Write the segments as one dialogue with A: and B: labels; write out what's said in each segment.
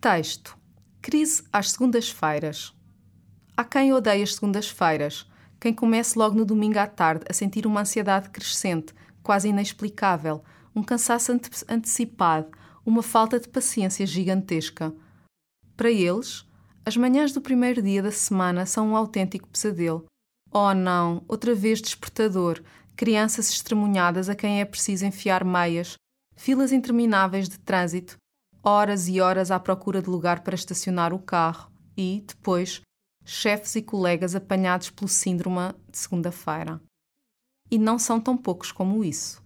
A: Texto: Crise às segundas-feiras. Há quem odeie as segundas-feiras, quem comece logo no domingo à tarde a sentir uma ansiedade crescente, quase inexplicável, um cansaço ante antecipado, uma falta de paciência gigantesca. Para eles, as manhãs do primeiro dia da semana são um autêntico pesadelo. Oh não, outra vez despertador, crianças estremunhadas a quem é preciso enfiar meias, filas intermináveis de trânsito, horas e horas à procura de lugar para estacionar o carro e, depois, chefes e colegas apanhados pelo síndrome de segunda-feira. E não são tão poucos como isso.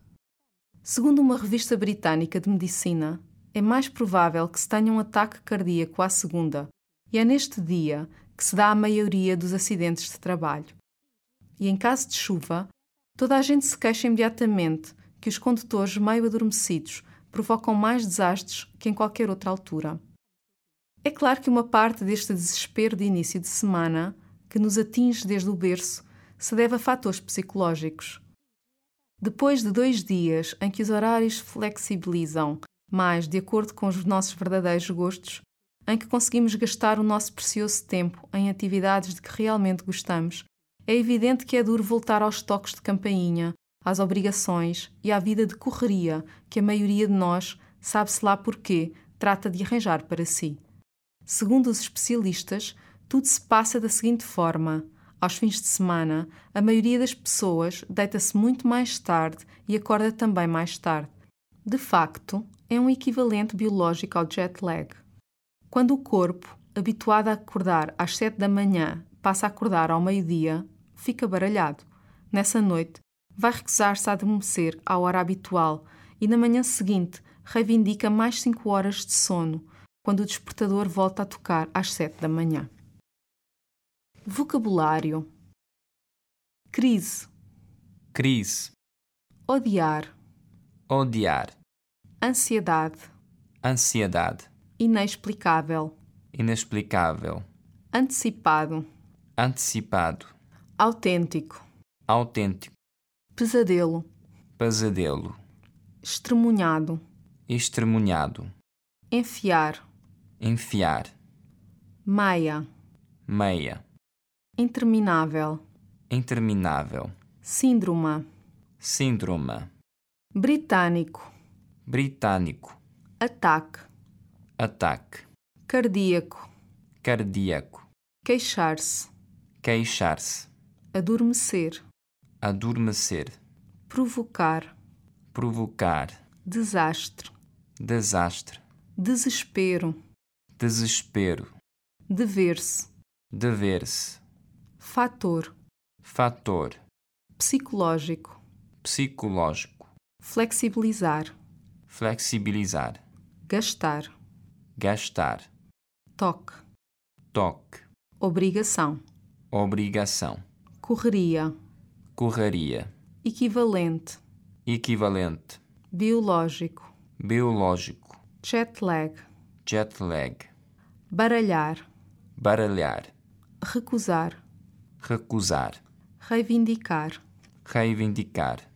A: Segundo uma revista britânica de medicina, é mais provável que se tenha um ataque cardíaco à segunda, e é neste dia que se dá a maioria dos acidentes de trabalho. E em caso de chuva, toda a gente se queixa imediatamente que os condutores meio adormecidos provocam mais desastres que em qualquer outra altura. É claro que uma parte deste desespero de início de semana, que nos atinge desde o berço, se deve a fatores psicológicos. Depois de dois dias em que os horários flexibilizam, mais de acordo com os nossos verdadeiros gostos, em que conseguimos gastar o nosso precioso tempo em atividades de que realmente gostamos, é evidente que é duro voltar aos toques de campainha, às obrigações e à vida de correria que a maioria de nós, sabe-se lá porquê, trata de arranjar para si. Segundo os especialistas, tudo se passa da seguinte forma. Aos fins de semana, a maioria das pessoas deita-se muito mais tarde e acorda também mais tarde. De facto, é um equivalente biológico ao jet lag. Quando o corpo, habituado a acordar às sete da manhã, passa a acordar ao meio-dia, fica baralhado. Nessa noite, vai recusar-se a adormecer à hora habitual e na manhã seguinte reivindica mais cinco horas de sono, quando o despertador volta a tocar às sete da manhã. Vocabulário: crise,
B: Crise.
A: odiar,
B: Odiar.
A: ansiedade,
B: Ansiedade.
A: inexplicável,
B: Inexplicável.
A: antecipado,
B: Antecipado.
A: autêntico,
B: Autêntico.
A: pesadelo,
B: Pesadelo.
A: extremunhado,
B: Extremunhado.
A: enfiar,
B: Enfiar.
A: meia,
B: Meia.
A: interminável,
B: Interminável.
A: síndrome,
B: Síndrome.
A: britânico,
B: Britânico.
A: ataque,
B: Ataque.
A: cardíaco,
B: Cardíaco.
A: queixar-se,
B: Queixar-se.
A: adormecer,
B: Adormecer.
A: provocar,
B: Provocar.
A: desastre,
B: Desastre.
A: desespero,
B: Desespero.
A: dever-se,
B: Dever-se.
A: fator,
B: Fator.
A: psicológico,
B: Psicológico.
A: flexibilizar,
B: Flexibilizar.
A: gastar,
B: Gastar.
A: toque,
B: Toque.
A: obrigação,
B: Obrigação.
A: correria,
B: Correria.
A: equivalente,
B: Equivalente.
A: biológico,
B: Biológico.
A: jet lag,
B: Jet lag.
A: baralhar,
B: Baralhar.
A: recusar,
B: Recusar.
A: reivindicar,
B: Reivindicar.